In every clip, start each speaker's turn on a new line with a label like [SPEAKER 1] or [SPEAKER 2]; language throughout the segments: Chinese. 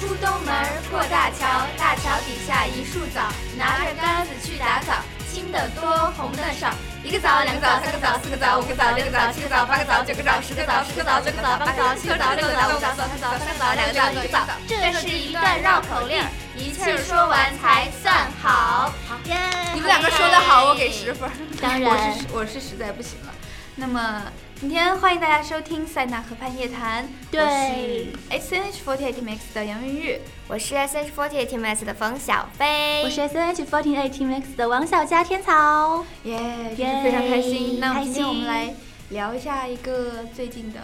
[SPEAKER 1] 出东门儿过大桥，大桥底下一树枣，拿着杆子去打枣，青的多，红的少。一个枣，两个枣，三个枣，四个枣，五个枣，六个枣，七个枣，八个枣，九个枣，十个枣，十个枣，九个枣，八个枣，七个枣，六个枣，五个枣，三个枣，三个枣，两个枣，一个枣。这是一段绕口令，一气儿说完才算好。
[SPEAKER 2] 耶！
[SPEAKER 1] 你们两个说的好，我给十分。
[SPEAKER 2] 当
[SPEAKER 3] 我
[SPEAKER 2] 然
[SPEAKER 3] 是，我是实在不行了。那么今天欢迎大家收听《塞纳河畔夜谈》，
[SPEAKER 2] 对
[SPEAKER 3] 我是 SNH48TMX 的杨云玉。
[SPEAKER 1] 我是 SH48 Team S 的冯小飞
[SPEAKER 2] 我是
[SPEAKER 3] 哎
[SPEAKER 2] S N H fourteen A Team X 的王小佳天草。
[SPEAKER 3] 耶、真
[SPEAKER 2] 耶
[SPEAKER 3] 是非常开心。那
[SPEAKER 2] 开
[SPEAKER 3] 么
[SPEAKER 2] 心
[SPEAKER 3] 今天我们来聊一下一个最近的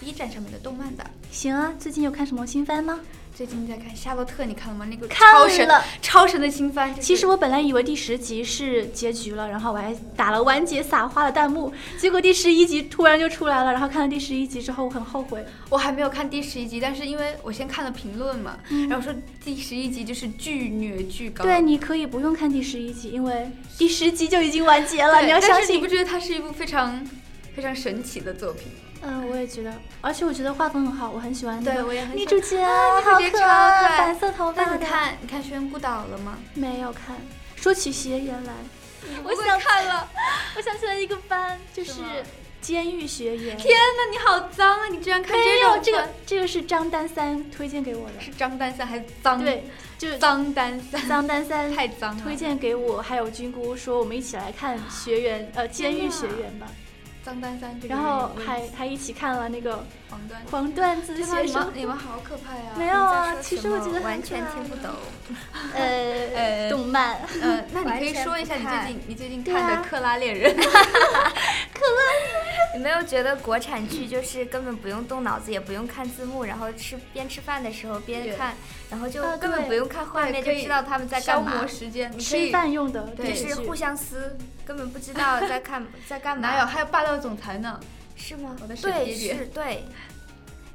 [SPEAKER 3] B 站上面的动漫吧。
[SPEAKER 2] 行啊，最近有看什么新番吗？
[SPEAKER 3] 最近在看《夏洛特》，你看了吗？那个
[SPEAKER 2] 看
[SPEAKER 3] 超神
[SPEAKER 2] 了
[SPEAKER 3] 超神的新番。就是
[SPEAKER 2] 其实我本来以为第十集是结局了，然后我还打了完结撒花的弹幕，结果第十一集突然就出来了，然后看了第十一集之后，我很后悔。
[SPEAKER 3] 我还没有看第十一集，但是因为我先看了评论嘛，然后说第十一集就是巨虐巨高。
[SPEAKER 2] 嗯对，你可以不用看第十一集，因为第十集就已经完结了，
[SPEAKER 3] 对
[SPEAKER 2] 你要相
[SPEAKER 3] 但是你
[SPEAKER 2] 信
[SPEAKER 3] 不。觉得它是一部非常非常神奇的作品吗？
[SPEAKER 2] 嗯，我也觉得，而且我觉得画风很好，我很喜欢那
[SPEAKER 3] 对
[SPEAKER 2] 个
[SPEAKER 3] 我也很
[SPEAKER 2] 女
[SPEAKER 3] 喜
[SPEAKER 2] 主
[SPEAKER 3] 欢
[SPEAKER 2] 角，
[SPEAKER 3] 啊
[SPEAKER 2] 好
[SPEAKER 3] 女主角
[SPEAKER 2] 可
[SPEAKER 3] 超可爱
[SPEAKER 2] 白色头发
[SPEAKER 3] 那
[SPEAKER 2] 的。
[SPEAKER 3] 你看，你看《轩孤岛》了吗？
[SPEAKER 2] 没有看？说起邪言来，
[SPEAKER 3] 我想看了。
[SPEAKER 2] 我想起来一个番，就是是
[SPEAKER 3] 吗
[SPEAKER 2] 监狱学员。
[SPEAKER 3] 天哪，你好脏啊！你居然看
[SPEAKER 2] 没
[SPEAKER 3] 这
[SPEAKER 2] 有
[SPEAKER 3] 种
[SPEAKER 2] 这个
[SPEAKER 3] 番，
[SPEAKER 2] 这个是张丹三推荐给我的。
[SPEAKER 3] 是张丹三还是脏？
[SPEAKER 2] 对，，就是
[SPEAKER 3] 脏丹三
[SPEAKER 2] 张丹三
[SPEAKER 3] 太脏了。
[SPEAKER 2] 推荐给我，还有菌菇说我们一起来看学员呃监狱学员吧，
[SPEAKER 3] 脏丹三这个
[SPEAKER 2] 然
[SPEAKER 3] 人
[SPEAKER 2] 后
[SPEAKER 3] 有点
[SPEAKER 2] 还还一起看了那个
[SPEAKER 3] 黄段。
[SPEAKER 2] 黄段子
[SPEAKER 3] 天哪
[SPEAKER 2] 学
[SPEAKER 3] 你
[SPEAKER 2] 生
[SPEAKER 3] 们。你们好可怕呀！
[SPEAKER 2] 没有啊
[SPEAKER 3] 你在说
[SPEAKER 2] 其实
[SPEAKER 3] 什么
[SPEAKER 2] 我觉得很
[SPEAKER 1] 完全听不懂。
[SPEAKER 2] 呃
[SPEAKER 3] 呃
[SPEAKER 2] 动漫
[SPEAKER 3] 呃，那你
[SPEAKER 1] 完
[SPEAKER 3] 可以
[SPEAKER 1] 全
[SPEAKER 3] 说一
[SPEAKER 1] 不
[SPEAKER 3] 下你最
[SPEAKER 1] 看
[SPEAKER 3] 近你最近
[SPEAKER 2] 对
[SPEAKER 3] 看的
[SPEAKER 2] 啊
[SPEAKER 3] 《克拉恋 人》
[SPEAKER 1] 你没有觉得国产剧就是根本不用动脑子，也不用看字幕，然后吃边吃饭的时候边看，然后就
[SPEAKER 2] 啊
[SPEAKER 1] 根本
[SPEAKER 2] 对
[SPEAKER 1] 不用看画面
[SPEAKER 3] 可
[SPEAKER 1] 就
[SPEAKER 3] 以
[SPEAKER 1] 知道他们在
[SPEAKER 3] 消
[SPEAKER 1] 干嘛
[SPEAKER 3] 磨，时间，你可
[SPEAKER 2] 吃
[SPEAKER 3] 以
[SPEAKER 2] 饭用的
[SPEAKER 3] 对
[SPEAKER 1] 就
[SPEAKER 2] 电视
[SPEAKER 1] 是互
[SPEAKER 2] 剧，
[SPEAKER 1] 相撕，根本不知道在看在干嘛。
[SPEAKER 3] 哪有？还有霸道总裁呢？
[SPEAKER 1] 是吗？
[SPEAKER 3] 我的神
[SPEAKER 1] 对，
[SPEAKER 3] 姐姐
[SPEAKER 1] 是，对。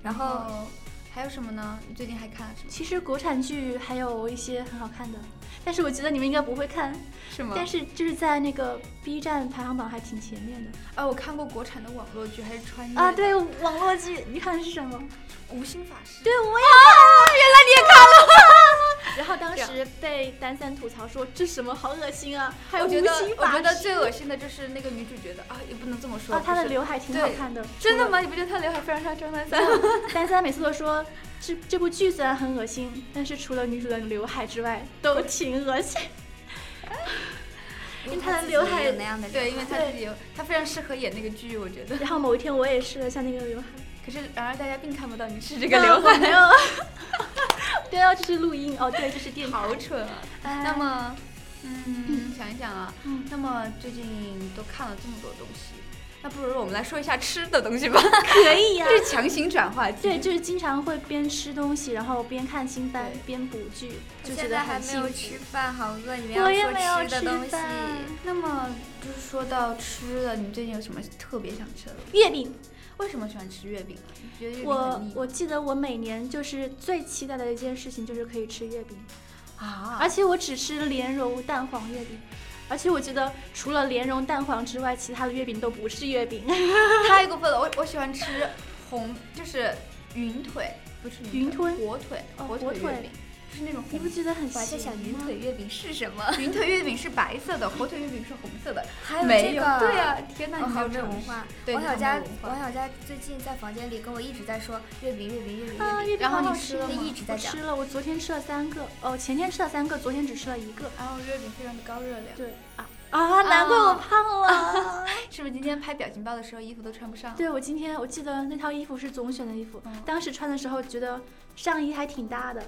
[SPEAKER 1] 然后
[SPEAKER 3] 哦，还有什么呢？你最近还看了什么？
[SPEAKER 2] 其实国产剧还有一些很好看的，但是我觉得你们应该不会看，
[SPEAKER 3] 是吗？
[SPEAKER 2] 但是就是在那个 B 站排行榜还挺前面的
[SPEAKER 3] 啊，我看过国产的网络剧，还是穿越
[SPEAKER 2] 啊。，对，网络剧你看的是什么？
[SPEAKER 3] 无心法师。
[SPEAKER 2] 对，我也看了，原来你也看了。 然后当
[SPEAKER 3] 这
[SPEAKER 2] 时被丹三吐槽说这什么好恶心啊，还有
[SPEAKER 3] 我
[SPEAKER 2] 无
[SPEAKER 3] 觉得
[SPEAKER 2] 心
[SPEAKER 3] 我
[SPEAKER 2] 法
[SPEAKER 3] 觉得
[SPEAKER 2] 师。
[SPEAKER 3] 最恶心的就是那个女主角的啊，也不能这么说。
[SPEAKER 2] 啊，她
[SPEAKER 3] 不
[SPEAKER 2] 的
[SPEAKER 3] 是
[SPEAKER 2] 刘海挺好
[SPEAKER 3] 对
[SPEAKER 2] 看的，
[SPEAKER 3] 真的？吗？你不觉得她刘海非常像张丹三？
[SPEAKER 2] 丹三每次都说这这部剧虽然很恶心，但是除了女主的刘海之外都挺恶心。
[SPEAKER 1] 因
[SPEAKER 2] 为
[SPEAKER 1] 为
[SPEAKER 2] 他的
[SPEAKER 1] 自己
[SPEAKER 2] 刘
[SPEAKER 1] 也
[SPEAKER 2] 海
[SPEAKER 1] 有那样的
[SPEAKER 3] 对，
[SPEAKER 1] 流
[SPEAKER 3] 因为
[SPEAKER 1] 汗，
[SPEAKER 3] 她自己有，她非常适合演那个剧，我觉得。
[SPEAKER 2] 然后某一天我也试了一下那个刘海，
[SPEAKER 3] 可是然而大家并看不到你是这个刘海，
[SPEAKER 2] 没有。 对啊，这是录音哦，对，这是电台。
[SPEAKER 3] 好蠢啊！
[SPEAKER 4] 哎
[SPEAKER 3] 那
[SPEAKER 2] 那
[SPEAKER 3] 么，嗯，想一想啊，
[SPEAKER 2] 嗯
[SPEAKER 3] 那么最近都看了这么多东西，那不如我们来说一下吃的东西吧，
[SPEAKER 2] 可以呀、
[SPEAKER 3] 这是强行转化
[SPEAKER 2] 对，
[SPEAKER 3] 题。
[SPEAKER 2] 就是经常会边吃东西，然后边看新番
[SPEAKER 3] 对，
[SPEAKER 2] 边补剧，
[SPEAKER 1] 我
[SPEAKER 2] 就觉
[SPEAKER 1] 现
[SPEAKER 2] 得
[SPEAKER 1] 在还
[SPEAKER 2] 很
[SPEAKER 1] 没
[SPEAKER 2] 幸
[SPEAKER 1] 有
[SPEAKER 2] 福。
[SPEAKER 1] 吃饭，好饿！你们
[SPEAKER 2] 我也没
[SPEAKER 1] 要
[SPEAKER 2] 有
[SPEAKER 1] 说吃的
[SPEAKER 2] 吃
[SPEAKER 1] 东西，
[SPEAKER 2] 饭
[SPEAKER 3] 那么就是说到吃的，你最近有什么特别想吃的？
[SPEAKER 2] 月饼，
[SPEAKER 3] 为什么喜欢吃月饼啊？你觉得月饼
[SPEAKER 2] 我
[SPEAKER 3] 很腻
[SPEAKER 2] 我记得我每年就是最期待的一件事情就是可以吃月饼，
[SPEAKER 3] 啊？
[SPEAKER 2] 而且我只吃莲蓉蛋黄月饼，而且我觉得除了莲蓉蛋黄之外，其他的月饼都不是月饼。
[SPEAKER 3] 太过分了！我我喜欢吃红，就是云腿，不是
[SPEAKER 2] 云
[SPEAKER 3] 腿，
[SPEAKER 2] 吞
[SPEAKER 3] 火腿，
[SPEAKER 2] 哦
[SPEAKER 3] 火
[SPEAKER 2] 火
[SPEAKER 3] 腿
[SPEAKER 2] 腿
[SPEAKER 3] 月饼，就是那种
[SPEAKER 2] 你
[SPEAKER 3] 红
[SPEAKER 2] 不。觉得很
[SPEAKER 1] 我还在
[SPEAKER 2] 邪
[SPEAKER 1] 想云
[SPEAKER 2] 吗
[SPEAKER 1] 腿
[SPEAKER 4] 啊
[SPEAKER 1] 月饼是什么？
[SPEAKER 3] 云腿月饼是白色的，火腿月饼是红色的。
[SPEAKER 2] 哎
[SPEAKER 1] 还有
[SPEAKER 3] 没
[SPEAKER 1] 这
[SPEAKER 3] 有，
[SPEAKER 1] 个，
[SPEAKER 3] 对啊
[SPEAKER 4] 啊
[SPEAKER 3] 哦呀、天哪，
[SPEAKER 1] 我
[SPEAKER 3] 你没
[SPEAKER 1] 好
[SPEAKER 3] 有
[SPEAKER 1] 没有文
[SPEAKER 3] 尝试。
[SPEAKER 1] 化。
[SPEAKER 3] 对
[SPEAKER 1] 王
[SPEAKER 3] 你
[SPEAKER 1] 小
[SPEAKER 3] 好没
[SPEAKER 1] 佳
[SPEAKER 3] 有文，化
[SPEAKER 1] 王小佳最近在房间里跟我一直在说月饼，月饼，月饼，
[SPEAKER 2] 啊，
[SPEAKER 1] 月饼。
[SPEAKER 2] 月饼
[SPEAKER 3] 然后
[SPEAKER 2] 好
[SPEAKER 3] 你
[SPEAKER 2] 好
[SPEAKER 3] 吃
[SPEAKER 2] 吃
[SPEAKER 3] 了
[SPEAKER 2] 的
[SPEAKER 3] 吗
[SPEAKER 1] 一直在
[SPEAKER 2] 我
[SPEAKER 1] 讲
[SPEAKER 2] 吃了，我昨天吃了三个，哦，前天吃了三个，昨天只吃了一个。
[SPEAKER 3] 然后月饼非常的高热量，
[SPEAKER 2] 对啊啊，难怪我胖了。
[SPEAKER 3] 是不是今天拍表情包的时候衣服都穿不上？
[SPEAKER 2] 对，我今天我记得那套衣服是总选的衣服，
[SPEAKER 3] 嗯
[SPEAKER 2] 当时穿的时候觉得上衣还挺搭的，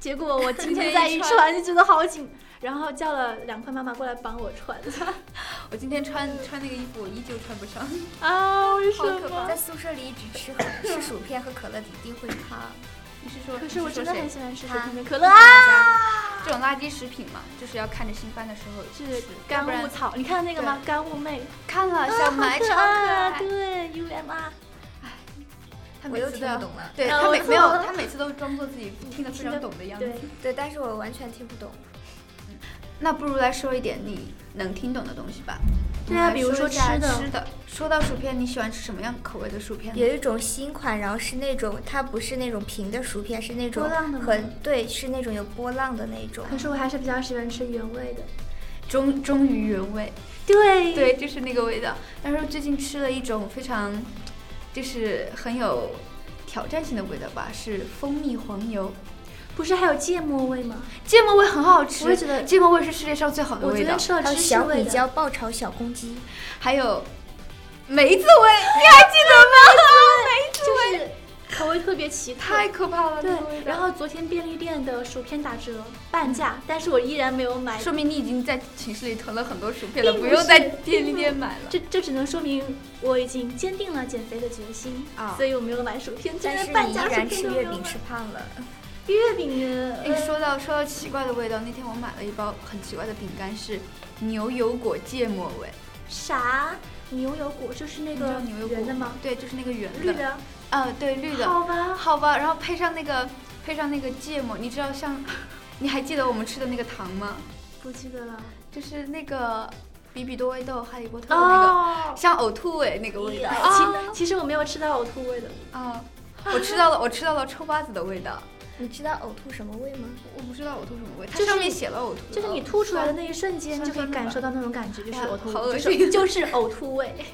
[SPEAKER 2] 结果我今天
[SPEAKER 3] 一
[SPEAKER 2] 再一
[SPEAKER 3] 穿
[SPEAKER 2] 穿就觉得好紧，然后叫了两块妈妈过来帮我穿。
[SPEAKER 3] 我今天穿穿那个衣服，我依旧穿不 上。
[SPEAKER 2] 啊，为什
[SPEAKER 3] 好可
[SPEAKER 2] 么
[SPEAKER 3] 怕
[SPEAKER 1] 在？宿舍里一直吃吃薯片和可乐，一定会胖。
[SPEAKER 4] 啊
[SPEAKER 3] 你是说？
[SPEAKER 2] 可是我
[SPEAKER 3] 你说
[SPEAKER 2] 真
[SPEAKER 3] 谁
[SPEAKER 2] 的很喜欢吃薯
[SPEAKER 1] 他
[SPEAKER 2] 片跟可乐啊，
[SPEAKER 3] 这种垃圾食品嘛，就是要看着新番的时候
[SPEAKER 2] 是
[SPEAKER 3] 吃，要
[SPEAKER 2] 干
[SPEAKER 3] 不
[SPEAKER 2] 物
[SPEAKER 3] 然
[SPEAKER 2] 草，你看那个吗？干物妹，
[SPEAKER 3] 看了想买超可
[SPEAKER 2] 啊
[SPEAKER 3] 爱，
[SPEAKER 2] 对，UMR，
[SPEAKER 3] 他
[SPEAKER 1] 我
[SPEAKER 3] 每
[SPEAKER 1] 又
[SPEAKER 3] 次
[SPEAKER 1] 听
[SPEAKER 3] 都要
[SPEAKER 1] 不 懂了。
[SPEAKER 3] 对
[SPEAKER 2] 啊
[SPEAKER 3] 他
[SPEAKER 2] 我
[SPEAKER 3] 每
[SPEAKER 2] 错
[SPEAKER 3] 没有，
[SPEAKER 2] 了
[SPEAKER 3] 他每次都装作自 己听得非常懂的样子
[SPEAKER 2] 对。，
[SPEAKER 1] 对，但是我完全听不懂。
[SPEAKER 3] 那不如来说一点你能听懂的东西吧。
[SPEAKER 2] 对啊
[SPEAKER 3] 来
[SPEAKER 2] 比如
[SPEAKER 3] 说
[SPEAKER 2] 说
[SPEAKER 3] 一下
[SPEAKER 2] 吃的
[SPEAKER 3] 吃的，说到薯片，你喜欢吃什么样口味的薯片呢？
[SPEAKER 4] 有一种新款，然后是那种它不是那种平的薯片，是那种
[SPEAKER 2] 波浪的吗
[SPEAKER 4] 很对，是那种有波浪的那种。
[SPEAKER 2] 可是我还是比较喜欢吃原味的。
[SPEAKER 3] 忠忠于原味，
[SPEAKER 2] 对
[SPEAKER 3] 对，就是那个味道。但是最近吃了一种非常，就是很有挑战性的味道吧，是蜂蜜黄油。
[SPEAKER 2] 不是还有芥末味吗？
[SPEAKER 3] 芥末味很好吃，
[SPEAKER 2] 我也觉得
[SPEAKER 3] 芥末味是世界上最好的
[SPEAKER 2] 我
[SPEAKER 3] 味
[SPEAKER 2] 昨
[SPEAKER 3] 道
[SPEAKER 2] 天。吃了
[SPEAKER 4] 还有
[SPEAKER 2] 芝士
[SPEAKER 4] 小
[SPEAKER 2] 味
[SPEAKER 4] 米
[SPEAKER 2] 的，
[SPEAKER 4] 椒爆炒小公鸡，
[SPEAKER 3] 还有梅子味，你还记得吗？梅子
[SPEAKER 2] 就是口味特别奇特
[SPEAKER 3] 太。可怕了，那个味
[SPEAKER 2] 对，
[SPEAKER 3] 道
[SPEAKER 2] 然后昨天便利店的薯片打折半价，但是我依然没有买。
[SPEAKER 3] 说明你已经在寝室里囤了很多薯片了，
[SPEAKER 2] 并不
[SPEAKER 3] 用在
[SPEAKER 2] 嗯是
[SPEAKER 3] 便利店买了。
[SPEAKER 2] 这这只能说明我已经坚定了减肥的决心
[SPEAKER 3] 啊
[SPEAKER 2] 所以我没有买薯片，
[SPEAKER 4] 但
[SPEAKER 2] 就是半
[SPEAKER 4] 你依
[SPEAKER 2] 价薯
[SPEAKER 4] 然
[SPEAKER 2] 片
[SPEAKER 4] 吃
[SPEAKER 2] 都没
[SPEAKER 4] 月
[SPEAKER 2] 有
[SPEAKER 4] 饼
[SPEAKER 2] 买
[SPEAKER 4] 吃胖了。
[SPEAKER 2] 月饼呢？
[SPEAKER 3] 哎，
[SPEAKER 2] 呃
[SPEAKER 3] 说到说到奇怪的味道，那天我买了一包很奇怪的饼干，是牛油果芥末味。
[SPEAKER 2] 啥牛油果就是那
[SPEAKER 3] 你知道
[SPEAKER 2] 个
[SPEAKER 3] 牛油果
[SPEAKER 2] 圆的吗？？
[SPEAKER 3] 对，就是那个圆
[SPEAKER 2] 绿的，
[SPEAKER 3] 呃，对，绿的。
[SPEAKER 2] 好吧，
[SPEAKER 3] 好吧，然后配上那个配上那个芥末，你知道像， 你还记得我们吃的那个糖吗？
[SPEAKER 2] 不记得了。
[SPEAKER 3] 就是那个比比多味豆、哈利波特的那个，
[SPEAKER 2] 哦
[SPEAKER 3] 像呕吐味那个味道。
[SPEAKER 2] 哎其其实我没有吃到呕吐味的，
[SPEAKER 3] 啊，我吃到了， 我吃到了臭袜子的味道。
[SPEAKER 4] 你知道呕吐什么味吗？
[SPEAKER 3] 我不知道呕吐什么味，它
[SPEAKER 2] 就是
[SPEAKER 3] 上面写了呕吐，
[SPEAKER 2] 就是你吐出来的那一瞬间，
[SPEAKER 3] 酸
[SPEAKER 2] 就可
[SPEAKER 3] 酸
[SPEAKER 2] 以
[SPEAKER 3] 的吧
[SPEAKER 2] 感受到那种感觉，就是
[SPEAKER 3] 哎呀
[SPEAKER 2] 呕吐
[SPEAKER 3] 好
[SPEAKER 2] 味，
[SPEAKER 3] 恶
[SPEAKER 2] 就是
[SPEAKER 3] 心
[SPEAKER 2] 就是呕吐味，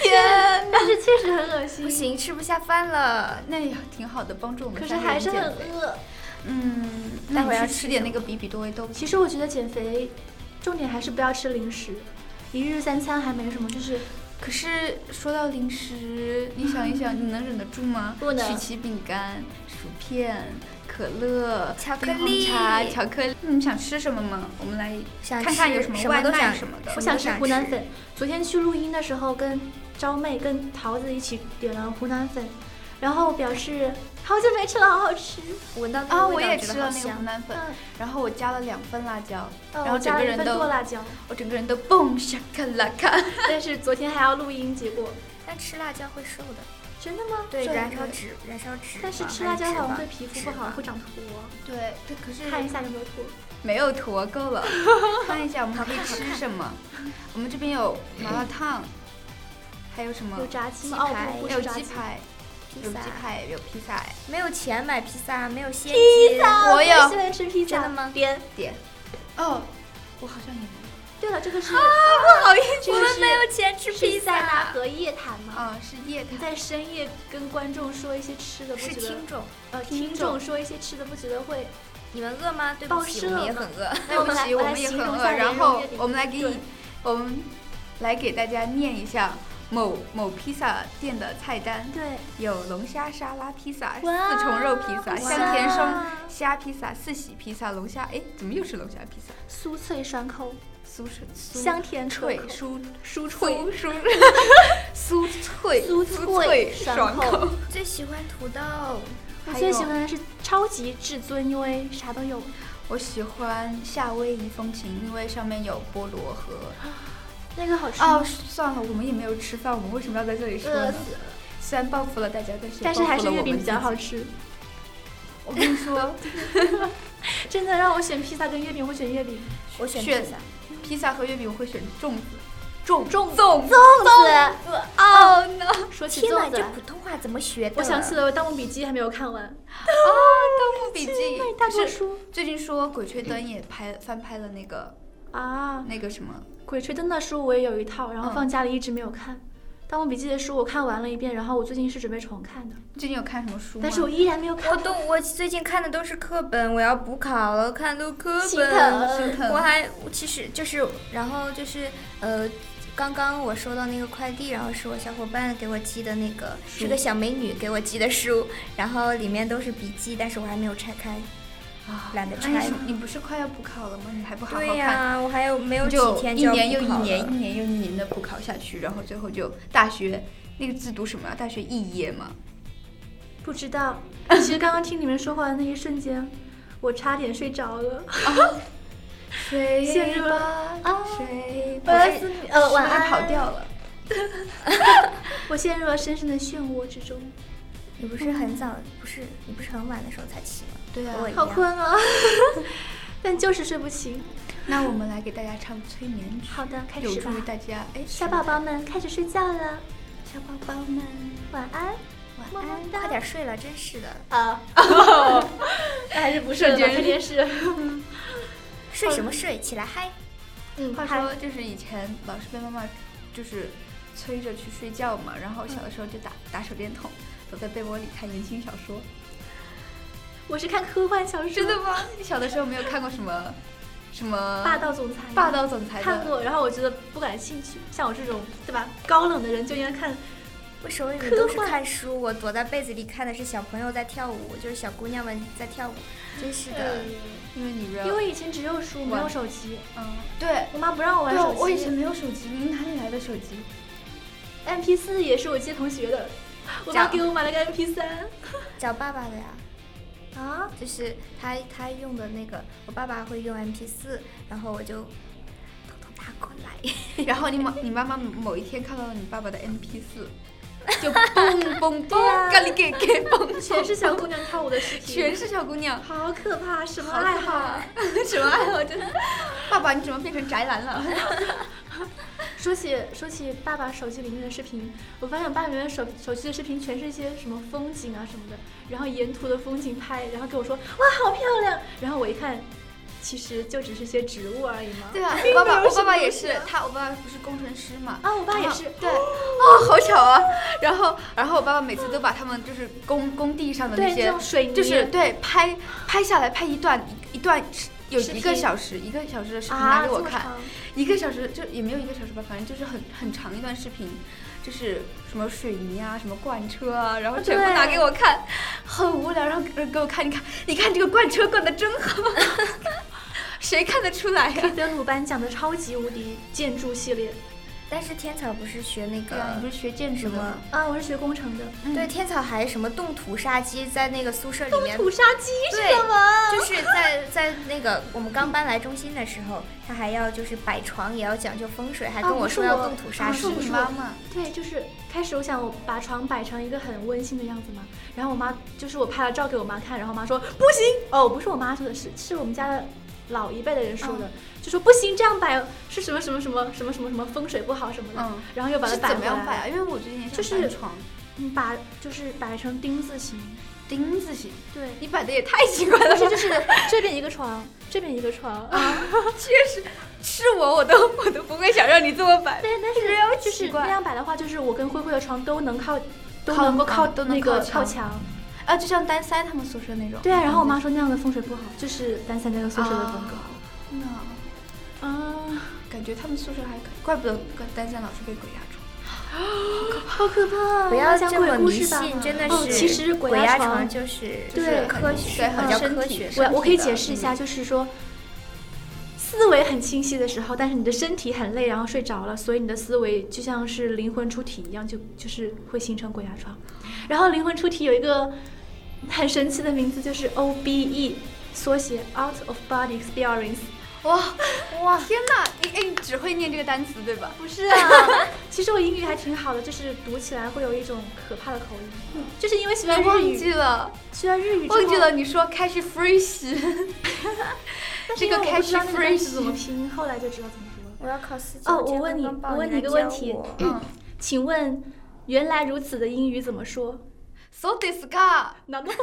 [SPEAKER 3] 天，
[SPEAKER 2] 但是确实很恶
[SPEAKER 4] 不
[SPEAKER 2] 心。
[SPEAKER 4] 行，吃不下饭了。
[SPEAKER 3] 那也挺好的，帮助我们。
[SPEAKER 2] 可是还是很。饿。
[SPEAKER 3] 嗯，
[SPEAKER 4] 待
[SPEAKER 3] 那
[SPEAKER 4] 会儿
[SPEAKER 3] 我
[SPEAKER 4] 要
[SPEAKER 3] 要
[SPEAKER 4] 吃
[SPEAKER 3] 吃点那个比比多味豆。
[SPEAKER 2] 其实我觉得减肥，重点还是不要吃零食，一日三餐还没什么，就是
[SPEAKER 3] 可是说到零食，你想一想，你能忍得住吗？
[SPEAKER 2] 不能
[SPEAKER 3] 曲奇饼干、薯片、可乐、
[SPEAKER 4] 巧克
[SPEAKER 3] 冰红
[SPEAKER 4] 力
[SPEAKER 3] 茶、巧克力。你们想吃什么吗？我们来
[SPEAKER 4] 想
[SPEAKER 3] 看看
[SPEAKER 4] 吃
[SPEAKER 3] 有什么
[SPEAKER 4] 什么
[SPEAKER 3] 外
[SPEAKER 4] 都
[SPEAKER 3] 卖
[SPEAKER 4] 想
[SPEAKER 3] 什么的
[SPEAKER 4] 什
[SPEAKER 2] 我
[SPEAKER 4] 么。
[SPEAKER 2] 想
[SPEAKER 4] 都
[SPEAKER 2] 吃
[SPEAKER 4] 想
[SPEAKER 2] 湖南
[SPEAKER 4] 吃
[SPEAKER 2] 粉。昨天去录音的时候，跟招妹、跟桃子一起点了湖南粉，然后表示好久没吃了，好好吃。
[SPEAKER 4] 闻到那
[SPEAKER 3] 啊，
[SPEAKER 4] 个
[SPEAKER 3] 我
[SPEAKER 4] 味道
[SPEAKER 3] 也
[SPEAKER 4] 觉
[SPEAKER 3] 吃
[SPEAKER 4] 得
[SPEAKER 3] 了
[SPEAKER 4] 好
[SPEAKER 3] 那个湖
[SPEAKER 4] 香。
[SPEAKER 3] 南粉
[SPEAKER 2] 嗯，
[SPEAKER 3] 然后我加了两份辣椒，
[SPEAKER 2] 呃
[SPEAKER 3] 然后
[SPEAKER 2] 我
[SPEAKER 3] 整
[SPEAKER 2] 加
[SPEAKER 3] 个
[SPEAKER 2] 了一
[SPEAKER 3] 人
[SPEAKER 2] 份
[SPEAKER 3] 都
[SPEAKER 2] 剁辣椒，
[SPEAKER 3] 我整个人都蹦沙卡拉卡。
[SPEAKER 2] 但是昨天还要录音，结果
[SPEAKER 4] 但吃辣椒会瘦的，
[SPEAKER 2] 真的吗？
[SPEAKER 4] 对，
[SPEAKER 3] 瘦
[SPEAKER 4] 燃
[SPEAKER 3] 的
[SPEAKER 4] 烧脂，燃烧脂肪。
[SPEAKER 2] 但是
[SPEAKER 3] 啊
[SPEAKER 2] 吃
[SPEAKER 4] 还
[SPEAKER 2] 辣椒
[SPEAKER 4] 脂
[SPEAKER 2] 好像
[SPEAKER 4] 肪
[SPEAKER 2] 对皮肤不好，。会长坨。
[SPEAKER 3] 对，对可是
[SPEAKER 2] 看一下有没有坨。
[SPEAKER 3] 没有坨够了。看一下我们还可以吃什么？我们这边有麻辣烫，还有什么
[SPEAKER 2] 有？炸鸡吗？
[SPEAKER 4] 鸡排
[SPEAKER 2] 哦，不不
[SPEAKER 3] 还有
[SPEAKER 2] 是炸
[SPEAKER 3] 鸡排，
[SPEAKER 4] 脂
[SPEAKER 3] 有
[SPEAKER 4] 肪披
[SPEAKER 3] 鸡
[SPEAKER 4] 萨
[SPEAKER 3] 排，有披啊萨。
[SPEAKER 4] 没有钱买披萨，没有现金。
[SPEAKER 2] 啊
[SPEAKER 3] 我有
[SPEAKER 2] 最喜欢吃披萨。
[SPEAKER 4] 真的吗？
[SPEAKER 2] 点。
[SPEAKER 3] 点。哦，我好像也没
[SPEAKER 2] 对了，这个是
[SPEAKER 3] 啊有。不好意思
[SPEAKER 4] 我们没有钱吃披
[SPEAKER 2] 是塞纳
[SPEAKER 4] 萨，
[SPEAKER 2] 河夜谈吗？
[SPEAKER 3] 啊，是夜谈。
[SPEAKER 2] 你在深夜跟观众说一些吃的，不
[SPEAKER 4] 是
[SPEAKER 2] 觉得
[SPEAKER 4] 听众。
[SPEAKER 2] 呃听众说一些吃的，不觉得会
[SPEAKER 4] 你们饿吗？对
[SPEAKER 2] 报
[SPEAKER 4] 不起，
[SPEAKER 2] 社
[SPEAKER 4] 我们也
[SPEAKER 2] 吗
[SPEAKER 4] 很饿。
[SPEAKER 3] 对不起，
[SPEAKER 2] 我
[SPEAKER 3] 我
[SPEAKER 2] 们来
[SPEAKER 3] 们也
[SPEAKER 2] 形
[SPEAKER 3] 很
[SPEAKER 2] 容一
[SPEAKER 3] 饿。
[SPEAKER 2] 下
[SPEAKER 3] 然
[SPEAKER 2] 人肉
[SPEAKER 3] 后
[SPEAKER 2] 月饼
[SPEAKER 3] 我们来给
[SPEAKER 2] 对
[SPEAKER 3] 你，我们来给大家念一下某某披萨店的菜单。
[SPEAKER 2] 对？
[SPEAKER 3] 有龙虾沙拉披萨、
[SPEAKER 2] 哇
[SPEAKER 3] 四重肉披萨、
[SPEAKER 2] 好
[SPEAKER 3] 香甜
[SPEAKER 2] 香
[SPEAKER 3] 生虾披萨、四喜披萨、龙虾，哎，怎么又是龙虾披萨？
[SPEAKER 2] 酥脆爽口，
[SPEAKER 3] 酥是酥
[SPEAKER 2] 香甜可
[SPEAKER 3] 脆
[SPEAKER 2] 口，
[SPEAKER 3] 酥
[SPEAKER 2] 酥
[SPEAKER 3] 酥酥 酥脆
[SPEAKER 2] 酥脆
[SPEAKER 3] 爽
[SPEAKER 2] 爽口。
[SPEAKER 4] 最喜欢土豆，
[SPEAKER 2] 我
[SPEAKER 3] 还
[SPEAKER 2] 最
[SPEAKER 3] 有
[SPEAKER 2] 喜欢的是超级至尊，因为啥都有。
[SPEAKER 3] 我喜欢夏威夷风情，因为上面有菠萝和……
[SPEAKER 2] 那个好吃啊吗
[SPEAKER 3] 哦，算了，我们也没有吃饭，我们为什么要在这里说
[SPEAKER 2] 饿
[SPEAKER 3] 呢
[SPEAKER 2] 死？
[SPEAKER 3] 虽然报复了大家，但是
[SPEAKER 2] 但是
[SPEAKER 3] 报复
[SPEAKER 2] 还是
[SPEAKER 3] 了
[SPEAKER 2] 月
[SPEAKER 3] 我
[SPEAKER 2] 饼
[SPEAKER 3] 们
[SPEAKER 2] 比较
[SPEAKER 3] 自己
[SPEAKER 2] 好。哦吃。
[SPEAKER 3] 我跟你说，
[SPEAKER 2] 真的让我选披萨跟月饼，我选月饼。
[SPEAKER 4] 我选披
[SPEAKER 3] 选
[SPEAKER 4] 萨。
[SPEAKER 3] 披萨和月饼我会选粽子，粽粽粽
[SPEAKER 4] 粽子，
[SPEAKER 3] 哦 no！
[SPEAKER 2] 说起
[SPEAKER 4] 天哪，
[SPEAKER 2] 粽子
[SPEAKER 4] 这
[SPEAKER 2] 来，
[SPEAKER 4] 普通话怎么学的？
[SPEAKER 2] 我想起了《盗墓笔记》还没有看完。
[SPEAKER 3] 啊，《盗墓笔记》
[SPEAKER 2] 大多
[SPEAKER 3] 是
[SPEAKER 2] 数
[SPEAKER 3] 最近说《鬼吹灯》也拍翻拍了那个
[SPEAKER 2] 啊，
[SPEAKER 3] 那个什么，
[SPEAKER 2] 《鬼吹灯》的书我也有一套，然后
[SPEAKER 3] 嗯
[SPEAKER 2] 放家里一直没有看。盗墓笔记》的书我看完了一遍，然后我最近是准备重看的，
[SPEAKER 3] 最近有看什么书吗？
[SPEAKER 2] 但是我依然没有
[SPEAKER 4] 我
[SPEAKER 2] 看。
[SPEAKER 4] 都我最近看的都是课本，我要补考了，看都课
[SPEAKER 2] 心
[SPEAKER 4] 本。
[SPEAKER 2] 疼
[SPEAKER 3] 心疼
[SPEAKER 4] 我还我其实就是，然后就是呃，刚刚我收到那个快递，然后是我小伙伴给我寄的那个，是个小美女给我寄的书，然后里面都是笔记，但是我还没有拆开，
[SPEAKER 3] 啊
[SPEAKER 4] 懒得拆
[SPEAKER 3] 哎你不是快要补考了吗？你还不好好看？
[SPEAKER 4] 对呀、我还有没有
[SPEAKER 3] 你
[SPEAKER 4] 几
[SPEAKER 3] 就
[SPEAKER 4] 天
[SPEAKER 3] 一
[SPEAKER 4] 要
[SPEAKER 3] 年又
[SPEAKER 4] 补
[SPEAKER 3] 一
[SPEAKER 4] 考
[SPEAKER 3] 年，
[SPEAKER 4] 了
[SPEAKER 3] 一年又一年的补考下去，然后最后就大学那个字读什么啊？大学肄业嘛。
[SPEAKER 2] 不知道。其实刚刚听你们说话的那一瞬间，我差点睡着了。
[SPEAKER 3] 睡
[SPEAKER 2] 陷入
[SPEAKER 3] 吧，
[SPEAKER 4] 哦
[SPEAKER 2] 啊
[SPEAKER 3] 睡吧。
[SPEAKER 2] 我思你呃晚
[SPEAKER 3] 是不是
[SPEAKER 2] 安
[SPEAKER 3] 跑掉了。
[SPEAKER 2] 我陷入了深深的漩涡之中，
[SPEAKER 4] 你不是很早，不是你不是很晚的时候才起吗？
[SPEAKER 3] 对啊
[SPEAKER 4] 和我一
[SPEAKER 2] 好
[SPEAKER 4] 样
[SPEAKER 2] 困啊，但就是睡不醒。
[SPEAKER 3] 那我们来给大家唱催眠曲，
[SPEAKER 2] 好的，开
[SPEAKER 3] 有
[SPEAKER 2] 始吧
[SPEAKER 3] 助于。大家哎，
[SPEAKER 2] 小宝宝们开始睡觉了，
[SPEAKER 3] 小宝宝们
[SPEAKER 2] 晚安。
[SPEAKER 4] 晚安，快点睡了，真是的，
[SPEAKER 3] 哦
[SPEAKER 2] 啊，那还是不睡了吧这件事。
[SPEAKER 4] 睡什么睡？起来嗨！
[SPEAKER 2] 嗯，
[SPEAKER 3] 话
[SPEAKER 2] 还
[SPEAKER 3] 说就是以前老是被妈妈就是催着去睡觉嘛，然后小的时候就打打手电筒，躲在被窝里看言情小说。
[SPEAKER 2] 我是看科幻小说，
[SPEAKER 3] 真的吗？你 小的时候没有看过什么什么
[SPEAKER 2] 霸道总裁吗，
[SPEAKER 3] 霸道总裁的
[SPEAKER 2] 看过，然后我觉得不感兴趣。像我这种对吧高冷的人就应该看
[SPEAKER 4] 为什么你们都是
[SPEAKER 2] 科幻
[SPEAKER 4] 看书？我躲在被子里看的是小朋友在跳舞，就是小姑娘们在跳舞，真是的。
[SPEAKER 2] 哎
[SPEAKER 3] 因为你
[SPEAKER 2] 因为以前只有书没有手机，
[SPEAKER 3] 嗯对
[SPEAKER 2] 我妈不让我玩
[SPEAKER 3] 对，啊
[SPEAKER 2] 手机。
[SPEAKER 3] 我以前没有手机，你哪里来的手 机？
[SPEAKER 2] MP 四也是我借同学的，我妈
[SPEAKER 4] 讲
[SPEAKER 2] 给我买了个 MP 三。
[SPEAKER 4] 找爸爸的呀，
[SPEAKER 2] 啊，
[SPEAKER 4] 就是他他用的那个，我爸爸会用 MP 四，然后我就偷偷拿过来。
[SPEAKER 3] 然后你妈你妈妈某一天看到了你爸爸的 MP 四，就嘣嘣嘣，咖喱给给嘣，
[SPEAKER 2] 全是小姑娘跳舞的视频，
[SPEAKER 3] 啊全是小姑娘，
[SPEAKER 2] 好可怕，什么
[SPEAKER 3] 好
[SPEAKER 2] 爱
[SPEAKER 3] 可
[SPEAKER 2] 好啊
[SPEAKER 3] 怕？， 什么爱好？真的，爸爸你怎么变成宅男了？
[SPEAKER 2] 说起说起爸爸手机里面的视频，我发现爸爸里面手手机的视频全是一些什么风景啊什么的，然后沿途的风景拍，然后跟我说哇好漂亮，然后我一看，其实就只是些植物而已嘛。
[SPEAKER 3] 对啊， 我爸爸我爸爸也是，他我爸爸不是工程师嘛，
[SPEAKER 2] 啊，我爸也是，
[SPEAKER 3] 对，哦，好巧啊！然后，然后我爸爸每次都把他们就是工工地上的那
[SPEAKER 2] 对这
[SPEAKER 3] 些
[SPEAKER 2] 种，水泥，
[SPEAKER 3] 就是对拍拍下来，拍一段一一段是有
[SPEAKER 2] 视
[SPEAKER 3] 一个
[SPEAKER 2] 频
[SPEAKER 3] 小时一个小时的视频拿
[SPEAKER 2] 啊，
[SPEAKER 3] 给我
[SPEAKER 2] 这么
[SPEAKER 3] 看，
[SPEAKER 2] 长
[SPEAKER 3] 一个小时就也没有一个小时吧，反正就是很很长一段视频，就是什么水泥啊，什么罐车啊，然后全部
[SPEAKER 2] 对
[SPEAKER 3] 拿给我看，很无聊，然后给给我看，你看，你看这个罐车灌的真 好，谁看得出来呀、
[SPEAKER 2] 登鲁班讲的超级无敌建筑系列
[SPEAKER 4] 但是天草不是学那
[SPEAKER 3] 对啊，
[SPEAKER 4] 个
[SPEAKER 3] 你不是学建筑
[SPEAKER 4] 什
[SPEAKER 3] 的
[SPEAKER 4] 么
[SPEAKER 3] 吗？？
[SPEAKER 2] 啊，我是学工程的，
[SPEAKER 3] 嗯
[SPEAKER 4] 对，天草还什么动土杀鸡，在那个宿舍里面，
[SPEAKER 2] 土杀鸡是
[SPEAKER 4] 对
[SPEAKER 2] 什么？
[SPEAKER 4] 就是 在在那个我们刚搬来中心的时候，他还要就是摆床，也要讲究风水，还
[SPEAKER 2] 啊
[SPEAKER 4] 跟
[SPEAKER 2] 不
[SPEAKER 4] 我
[SPEAKER 2] 是
[SPEAKER 4] 说要
[SPEAKER 2] 我
[SPEAKER 4] 动土杀
[SPEAKER 2] 不
[SPEAKER 4] 鸡
[SPEAKER 2] 是。我
[SPEAKER 3] 你妈妈。
[SPEAKER 2] 对，就是开始我想我把床摆成一个很温馨的样子嘛，然后我妈就是我拍了照给我妈看，然后我妈说不行，哦，不是我妈说的，是是我们家的老一辈的人说的，就说不行，这样摆是什么什么什么什么什么什么风水不好什么的，
[SPEAKER 3] 嗯
[SPEAKER 2] 然后又把它
[SPEAKER 3] 是
[SPEAKER 2] 摆
[SPEAKER 3] 怎
[SPEAKER 2] 回
[SPEAKER 3] 么
[SPEAKER 2] 来
[SPEAKER 3] 样
[SPEAKER 2] 了
[SPEAKER 3] 摆啊？因为我最近也
[SPEAKER 2] 就
[SPEAKER 3] 想
[SPEAKER 2] 是
[SPEAKER 3] 搬床，
[SPEAKER 2] 嗯把就是摆成丁字形，
[SPEAKER 3] 丁字形，
[SPEAKER 2] 对，
[SPEAKER 3] 你摆的也太奇怪了
[SPEAKER 2] 不是
[SPEAKER 3] 吧
[SPEAKER 2] 就？ 是这边一个床，这边一个床，
[SPEAKER 3] 确实，是我我都我都不会想让你这么摆。
[SPEAKER 2] 对， 但
[SPEAKER 3] 好
[SPEAKER 2] 是就
[SPEAKER 3] 奇
[SPEAKER 2] 是
[SPEAKER 3] 怪
[SPEAKER 2] 那样摆的话，就是我跟灰灰的床都能靠，都
[SPEAKER 3] 靠
[SPEAKER 2] 能够
[SPEAKER 3] 墙
[SPEAKER 2] 靠
[SPEAKER 3] 都能
[SPEAKER 2] 那
[SPEAKER 3] 靠
[SPEAKER 2] 个靠
[SPEAKER 3] 墙
[SPEAKER 2] 墙。
[SPEAKER 3] 啊，就像单塞他们宿舍那种。嗯
[SPEAKER 2] 对啊，然后我妈说那样的风水不好，就是单三那个宿舍的风格。
[SPEAKER 3] 那
[SPEAKER 2] 啊，
[SPEAKER 3] 感觉他们宿舍还可以，怪不得跟单三老是被鬼压床。
[SPEAKER 2] 好可怕！啊
[SPEAKER 4] 不要
[SPEAKER 2] 讲
[SPEAKER 4] 这
[SPEAKER 2] 鬼
[SPEAKER 4] 么
[SPEAKER 2] 故
[SPEAKER 4] 迷
[SPEAKER 2] 事吧
[SPEAKER 4] 信，真的是。
[SPEAKER 2] 哦，其实
[SPEAKER 4] 鬼
[SPEAKER 2] 压
[SPEAKER 4] 床就是就
[SPEAKER 2] 对
[SPEAKER 4] 是科学，
[SPEAKER 3] 对很
[SPEAKER 4] 比较
[SPEAKER 3] 身
[SPEAKER 4] 科
[SPEAKER 3] 体
[SPEAKER 4] 学。
[SPEAKER 2] 我我可以
[SPEAKER 3] 的
[SPEAKER 2] 解释一下，就是说。思维很清晰的时候，但是你的身体很累，然后睡着了，所以你的思维就像是灵魂出体一样，就就是会形成鬼压床。然后灵魂出体有一个很神奇的名字，就是 OBE，缩写 Out of Body Experience。
[SPEAKER 3] 哇 哇！天哪，你哎，你只会念这个单词对吧？
[SPEAKER 2] 不是啊， 其实我英语还挺好的，就是读起来会有一种可怕的口音，就是因为学了
[SPEAKER 3] 嗯哎忘
[SPEAKER 2] 日语，
[SPEAKER 3] 记了，
[SPEAKER 2] 学了日语之后
[SPEAKER 3] 忘记了，你说开始 free 洗，
[SPEAKER 2] 但是
[SPEAKER 3] 这
[SPEAKER 2] 因
[SPEAKER 3] 个
[SPEAKER 2] 为我
[SPEAKER 3] 开
[SPEAKER 2] 不知
[SPEAKER 3] 始
[SPEAKER 2] 道那个单词
[SPEAKER 3] free
[SPEAKER 2] 怎么拼，后来就知道怎么说了。
[SPEAKER 4] 我要考四级
[SPEAKER 2] 哦我问你我问你一个问题
[SPEAKER 3] 嗯
[SPEAKER 2] 请问，原来如此的英语怎 么说？
[SPEAKER 3] ，so this guy，
[SPEAKER 2] 难不难？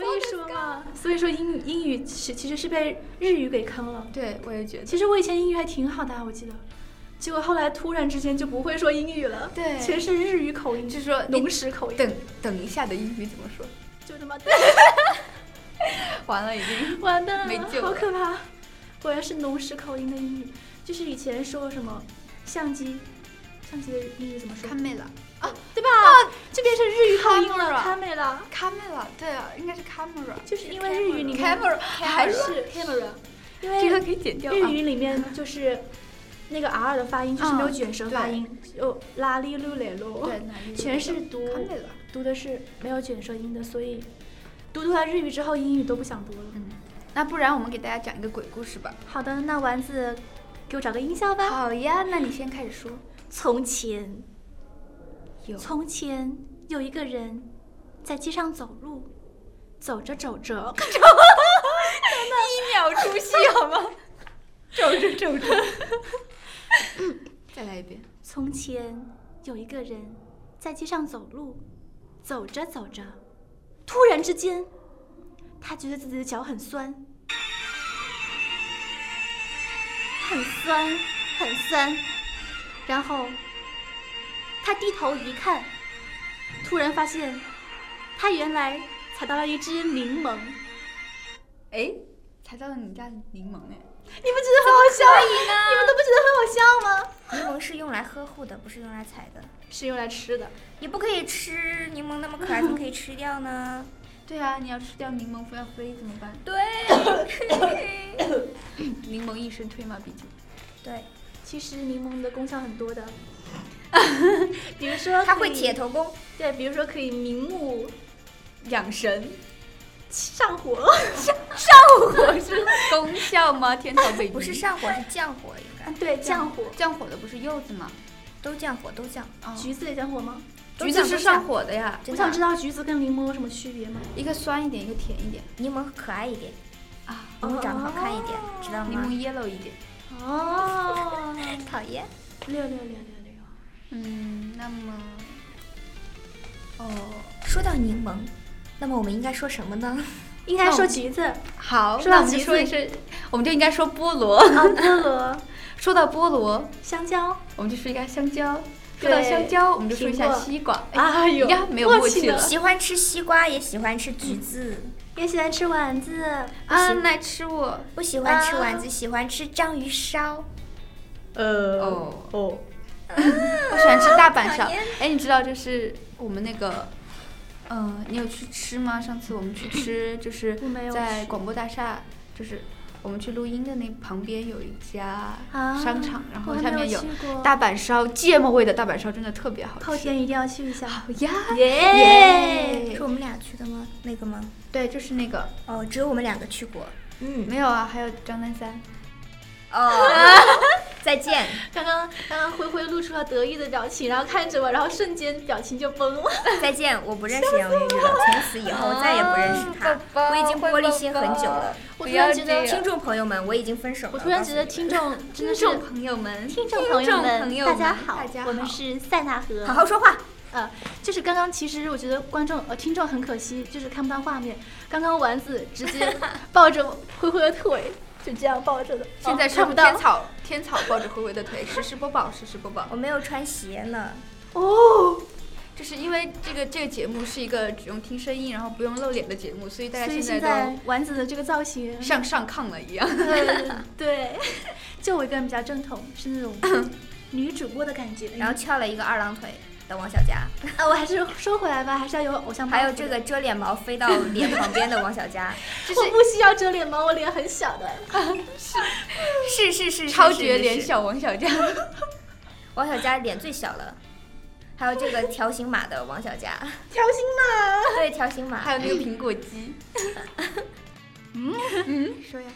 [SPEAKER 2] 所以 说嘛，所以说英语英语是其实是被日语给坑了。
[SPEAKER 3] 对，我也觉得。
[SPEAKER 2] 其实我以前英语还挺好的啊，我记得，结果后来突然之间就不会说英语了，
[SPEAKER 3] 对
[SPEAKER 2] 全是日语口音，
[SPEAKER 3] 就说你
[SPEAKER 2] 农时口音，
[SPEAKER 3] 等等一下的英语怎么说？
[SPEAKER 2] 就这么。
[SPEAKER 3] 完了已经。
[SPEAKER 2] 完蛋了，
[SPEAKER 3] 没救了
[SPEAKER 2] 好可怕！果然是农时口音的英语，就是以前说什么相机，相机的英语怎么说？
[SPEAKER 3] 看妹了，
[SPEAKER 2] 对吧？就变成日语口音了，
[SPEAKER 3] camera
[SPEAKER 2] 看美了，
[SPEAKER 3] 卡妹了，对啊，应该是 camera。
[SPEAKER 2] 就是因为日语里面
[SPEAKER 3] camera 还是
[SPEAKER 2] 是 camera，因
[SPEAKER 3] 这个
[SPEAKER 2] 为
[SPEAKER 3] 可以剪掉啊
[SPEAKER 2] 日。语里面就是那个 r 的发音就是没有卷舌发音，就拉里噜嘞喽，
[SPEAKER 3] 嗯对，哪里有
[SPEAKER 2] 全是读
[SPEAKER 3] 卡妹了。
[SPEAKER 2] 读的是没有卷舌音的，所以读出来日语之后，英语都不想读了。
[SPEAKER 3] 嗯那不然我们给大家讲一个鬼故事吧。
[SPEAKER 2] 好的，那丸子给我找个音效吧。
[SPEAKER 3] 好呀，那你先开始说。
[SPEAKER 2] 从前，
[SPEAKER 3] 有
[SPEAKER 2] 从前有一个人 在街上走路，走着走着，一秒出戏好吗？
[SPEAKER 3] 皱着皱着。
[SPEAKER 2] 嗯
[SPEAKER 1] 再来一遍。
[SPEAKER 2] 从前有一个人在街上走路，走着走着，突然之间，他觉得自己的脚很酸，很酸，很酸。然后他低头一看，突然发现，他原来采到了一只柠檬。
[SPEAKER 3] 哎，才到了你家柠檬哎，
[SPEAKER 2] 你们觉得很好笑你们都不觉得很好笑吗？
[SPEAKER 4] 柠檬是用来呵护的，不是用来采的。
[SPEAKER 2] 是用来吃的。
[SPEAKER 4] 你不可以吃柠檬那么可爱，怎么可以吃掉呢？
[SPEAKER 3] 对啊，你要吃掉柠檬不要飞怎么办？
[SPEAKER 4] 对，
[SPEAKER 3] 柠檬一生吹马必酒。
[SPEAKER 4] 对，
[SPEAKER 2] 其实柠檬的功效很多的， 比如说
[SPEAKER 4] 它会
[SPEAKER 2] 可以
[SPEAKER 4] 铁头功。
[SPEAKER 2] 对，比如说可以明目
[SPEAKER 3] 养 神，
[SPEAKER 2] 上 火，
[SPEAKER 3] 我是功效吗？天朝北
[SPEAKER 4] 不是
[SPEAKER 3] 上
[SPEAKER 4] 上火，是降火，应该
[SPEAKER 2] 对降火。
[SPEAKER 3] 降火的不是柚子吗？
[SPEAKER 4] 都降火，都降。
[SPEAKER 3] 哦
[SPEAKER 2] 橘子也降火吗？
[SPEAKER 3] 橘子是上火的呀，
[SPEAKER 4] 真
[SPEAKER 2] 我
[SPEAKER 4] 的
[SPEAKER 2] 想
[SPEAKER 4] 啊
[SPEAKER 2] 知道橘子跟柠檬有什么区别吗？
[SPEAKER 3] 一个酸一点，一个甜一点
[SPEAKER 4] 柠檬可爱一点，
[SPEAKER 3] 啊，
[SPEAKER 4] 柠檬长得好看一点，知道
[SPEAKER 3] 柠檬
[SPEAKER 4] 吗？
[SPEAKER 3] yellow 一点。
[SPEAKER 2] 哦，
[SPEAKER 4] 讨厌，
[SPEAKER 2] 六六六六六，
[SPEAKER 3] 嗯，那么，哦，
[SPEAKER 4] 说到柠檬，那么我们应该说什么呢？
[SPEAKER 2] 应该说橘子啊，
[SPEAKER 3] 好，
[SPEAKER 2] 说到
[SPEAKER 3] 那我们就
[SPEAKER 2] 橘子
[SPEAKER 3] 说一声，我们就应该说菠萝。
[SPEAKER 2] 啊菠萝、
[SPEAKER 3] 说到菠萝，
[SPEAKER 2] 香蕉。
[SPEAKER 3] 我们就说一下香蕉。说
[SPEAKER 2] 对
[SPEAKER 3] 到香蕉，我们就说一
[SPEAKER 2] 苹
[SPEAKER 3] 下
[SPEAKER 2] 果
[SPEAKER 3] 西瓜。哎
[SPEAKER 2] 哎呦
[SPEAKER 3] 你看没有
[SPEAKER 2] 默
[SPEAKER 3] 默
[SPEAKER 2] 契
[SPEAKER 3] 契
[SPEAKER 2] 呢
[SPEAKER 3] 了。
[SPEAKER 4] 喜欢吃西瓜，也喜欢吃橘子，
[SPEAKER 2] 也喜欢吃丸子
[SPEAKER 3] 啊，来吃我。
[SPEAKER 4] 不喜欢吃丸子，喜欢吃章鱼烧。
[SPEAKER 2] 呃
[SPEAKER 3] 哦
[SPEAKER 2] 哦，
[SPEAKER 3] 我喜欢吃大阪烧
[SPEAKER 4] 讨厌。
[SPEAKER 3] 哎，你知道就是我们那个，嗯，你有去吃吗？上次我们去吃，就是
[SPEAKER 2] 我没有
[SPEAKER 3] 在
[SPEAKER 2] 去
[SPEAKER 3] 广播大厦，就是我们去录音的那旁边有一家
[SPEAKER 2] 啊
[SPEAKER 3] 商场，然后
[SPEAKER 2] 我
[SPEAKER 3] 下
[SPEAKER 2] 还没有
[SPEAKER 3] 面有
[SPEAKER 2] 去过
[SPEAKER 3] 大阪烧，芥末味的大阪烧真的特别好吃。
[SPEAKER 2] 后天一定要去一下。
[SPEAKER 3] 好呀！
[SPEAKER 2] 耶
[SPEAKER 4] 是我们俩去的吗？那个吗？
[SPEAKER 3] 对，就是那个
[SPEAKER 4] 哦，只有我们两个去过。嗯，
[SPEAKER 3] 没有啊，还有张丹三。
[SPEAKER 4] 哦，再见。
[SPEAKER 2] 刚刚刚刚灰灰露出了得意的表情，然后看着我，然后瞬间表情就崩了。
[SPEAKER 4] 再见，我不认识杨钰玉了，从此以后再也不认识他。
[SPEAKER 3] 宝宝
[SPEAKER 4] 我已经玻璃心很久了。
[SPEAKER 2] 我
[SPEAKER 3] 不
[SPEAKER 2] 突
[SPEAKER 3] 要
[SPEAKER 2] 然觉
[SPEAKER 3] 这
[SPEAKER 2] 得
[SPEAKER 3] 样，
[SPEAKER 4] 听众朋友们，我已经分手了。
[SPEAKER 2] 我突然觉得
[SPEAKER 4] 告诉你
[SPEAKER 2] 听
[SPEAKER 4] 们
[SPEAKER 2] 众真的
[SPEAKER 3] 听
[SPEAKER 2] 是
[SPEAKER 3] 众朋友们，
[SPEAKER 2] 听众朋友们，
[SPEAKER 3] 听众朋友
[SPEAKER 2] 大
[SPEAKER 3] 们
[SPEAKER 2] 家好，
[SPEAKER 3] 大家好
[SPEAKER 2] 我们是塞纳河。
[SPEAKER 4] 好好说话。
[SPEAKER 2] 呃，就是刚刚其实我觉得观众呃听众很可惜，就是看不到画面。刚刚丸子直接抱着灰灰的腿， 就这样抱着的，
[SPEAKER 3] 现在
[SPEAKER 2] 哦
[SPEAKER 3] 是
[SPEAKER 2] 看不
[SPEAKER 3] 天
[SPEAKER 2] 到。
[SPEAKER 3] 草， 天草抱着灰灰的腿，实时播报，实时播报
[SPEAKER 4] 我。没有穿鞋呢，
[SPEAKER 2] 哦，
[SPEAKER 3] 就是因为这个这个节目是一个只用听声音，然后不用露脸的节目，所以大家
[SPEAKER 2] 所以
[SPEAKER 3] 现
[SPEAKER 2] 现
[SPEAKER 3] 在
[SPEAKER 2] 在丸子的这个造型
[SPEAKER 3] 都，上上炕了一 样。
[SPEAKER 2] 对嗯对， 嗯就我一个人比较正统，是那种女主播的感觉。嗯
[SPEAKER 4] 然后翘了一个二郎腿的王小佳，
[SPEAKER 2] 啊，我还是说回来吧，还是要有偶像包袱的。
[SPEAKER 4] 还有这个遮脸毛飞到脸旁边的王小佳，
[SPEAKER 3] 就是
[SPEAKER 2] 我不需要遮脸毛，我脸很小的。
[SPEAKER 4] 是是是，是
[SPEAKER 3] 超
[SPEAKER 4] 是
[SPEAKER 3] 绝
[SPEAKER 4] 是
[SPEAKER 3] 脸
[SPEAKER 4] 是
[SPEAKER 3] 小王小佳，
[SPEAKER 4] 王小佳脸最小了。还有这个条形码的王小佳，
[SPEAKER 2] 条形码。
[SPEAKER 4] 对条形 码
[SPEAKER 3] 还，有那个苹果肌。嗯嗯，说呀，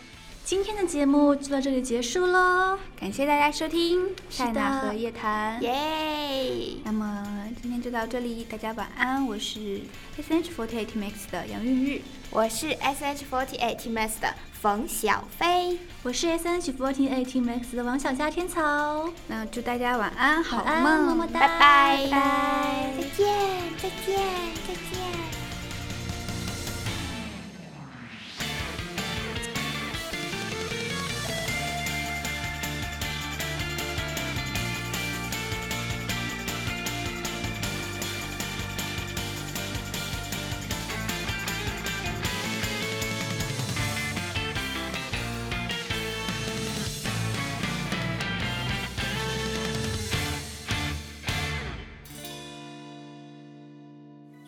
[SPEAKER 2] 今天的节目就到这里结束喽。
[SPEAKER 3] 感谢大家收听《塞
[SPEAKER 2] 的
[SPEAKER 3] 纳河夜谈》。
[SPEAKER 4] 耶！
[SPEAKER 3] 那么今天就到这里，大家晚安。我是 S H Forty Eight Max 的杨韵玉，
[SPEAKER 4] 我是 S H Forty Eight Max 的冯小飞，
[SPEAKER 2] 我是 S N H Fourteen A T Max 的王小佳天草，
[SPEAKER 3] 那祝大家晚安，好
[SPEAKER 2] 晚安
[SPEAKER 3] 梦，
[SPEAKER 2] 么么哒，
[SPEAKER 4] 拜拜
[SPEAKER 2] 拜拜
[SPEAKER 4] 再见，再见，再见。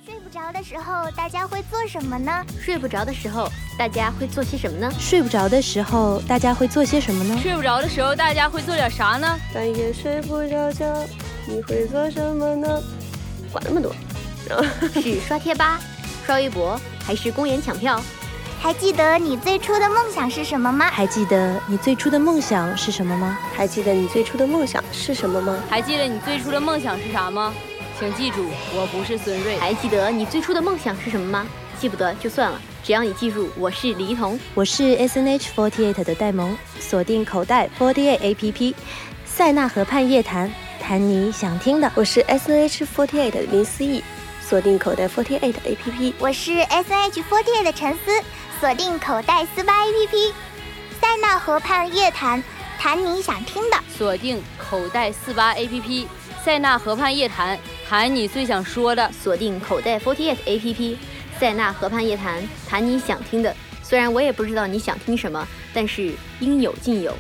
[SPEAKER 5] 睡不着的时候，大家会做什么呢？
[SPEAKER 6] 睡不着的时候，大家会做些什么呢？
[SPEAKER 7] 睡不着的时候，大家会做些什么呢？
[SPEAKER 6] 睡不着的时候，大家会做点啥呢？
[SPEAKER 8] 半夜睡不着觉，你会做什么呢？管那么多，
[SPEAKER 6] 是刷贴吧、刷微博，还是公演抢票？
[SPEAKER 5] 还记得你最初的梦想是什么吗？
[SPEAKER 7] 还记得你最初的梦想是什么吗？
[SPEAKER 8] 还记得你最初的梦想是什么吗？
[SPEAKER 6] 还记得你最初的梦想是啥吗？请记住，我不是孙瑞。还记得你最初的梦想是什么吗？记不得就算了，只要你记住我是李一桐，
[SPEAKER 7] 我是 S N H forty eight 的戴萌，锁定口袋 forty eight A P P，塞纳河畔夜谈，谈你想听的。
[SPEAKER 8] 我是 S N H forty eight 的林思义，锁定口袋 forty eight A P P。
[SPEAKER 4] 我是 S H forty eight 的陈思，锁定口袋四八 A P P，塞纳河畔夜谈，谈你想听的。
[SPEAKER 6] 锁定口袋四八 APP，塞纳河畔夜谈，谈你最想说的；锁定口袋 Forty Eight APP，塞纳河畔夜谈，谈你想听的。虽然我也不知道你想听什么，但是应有尽有。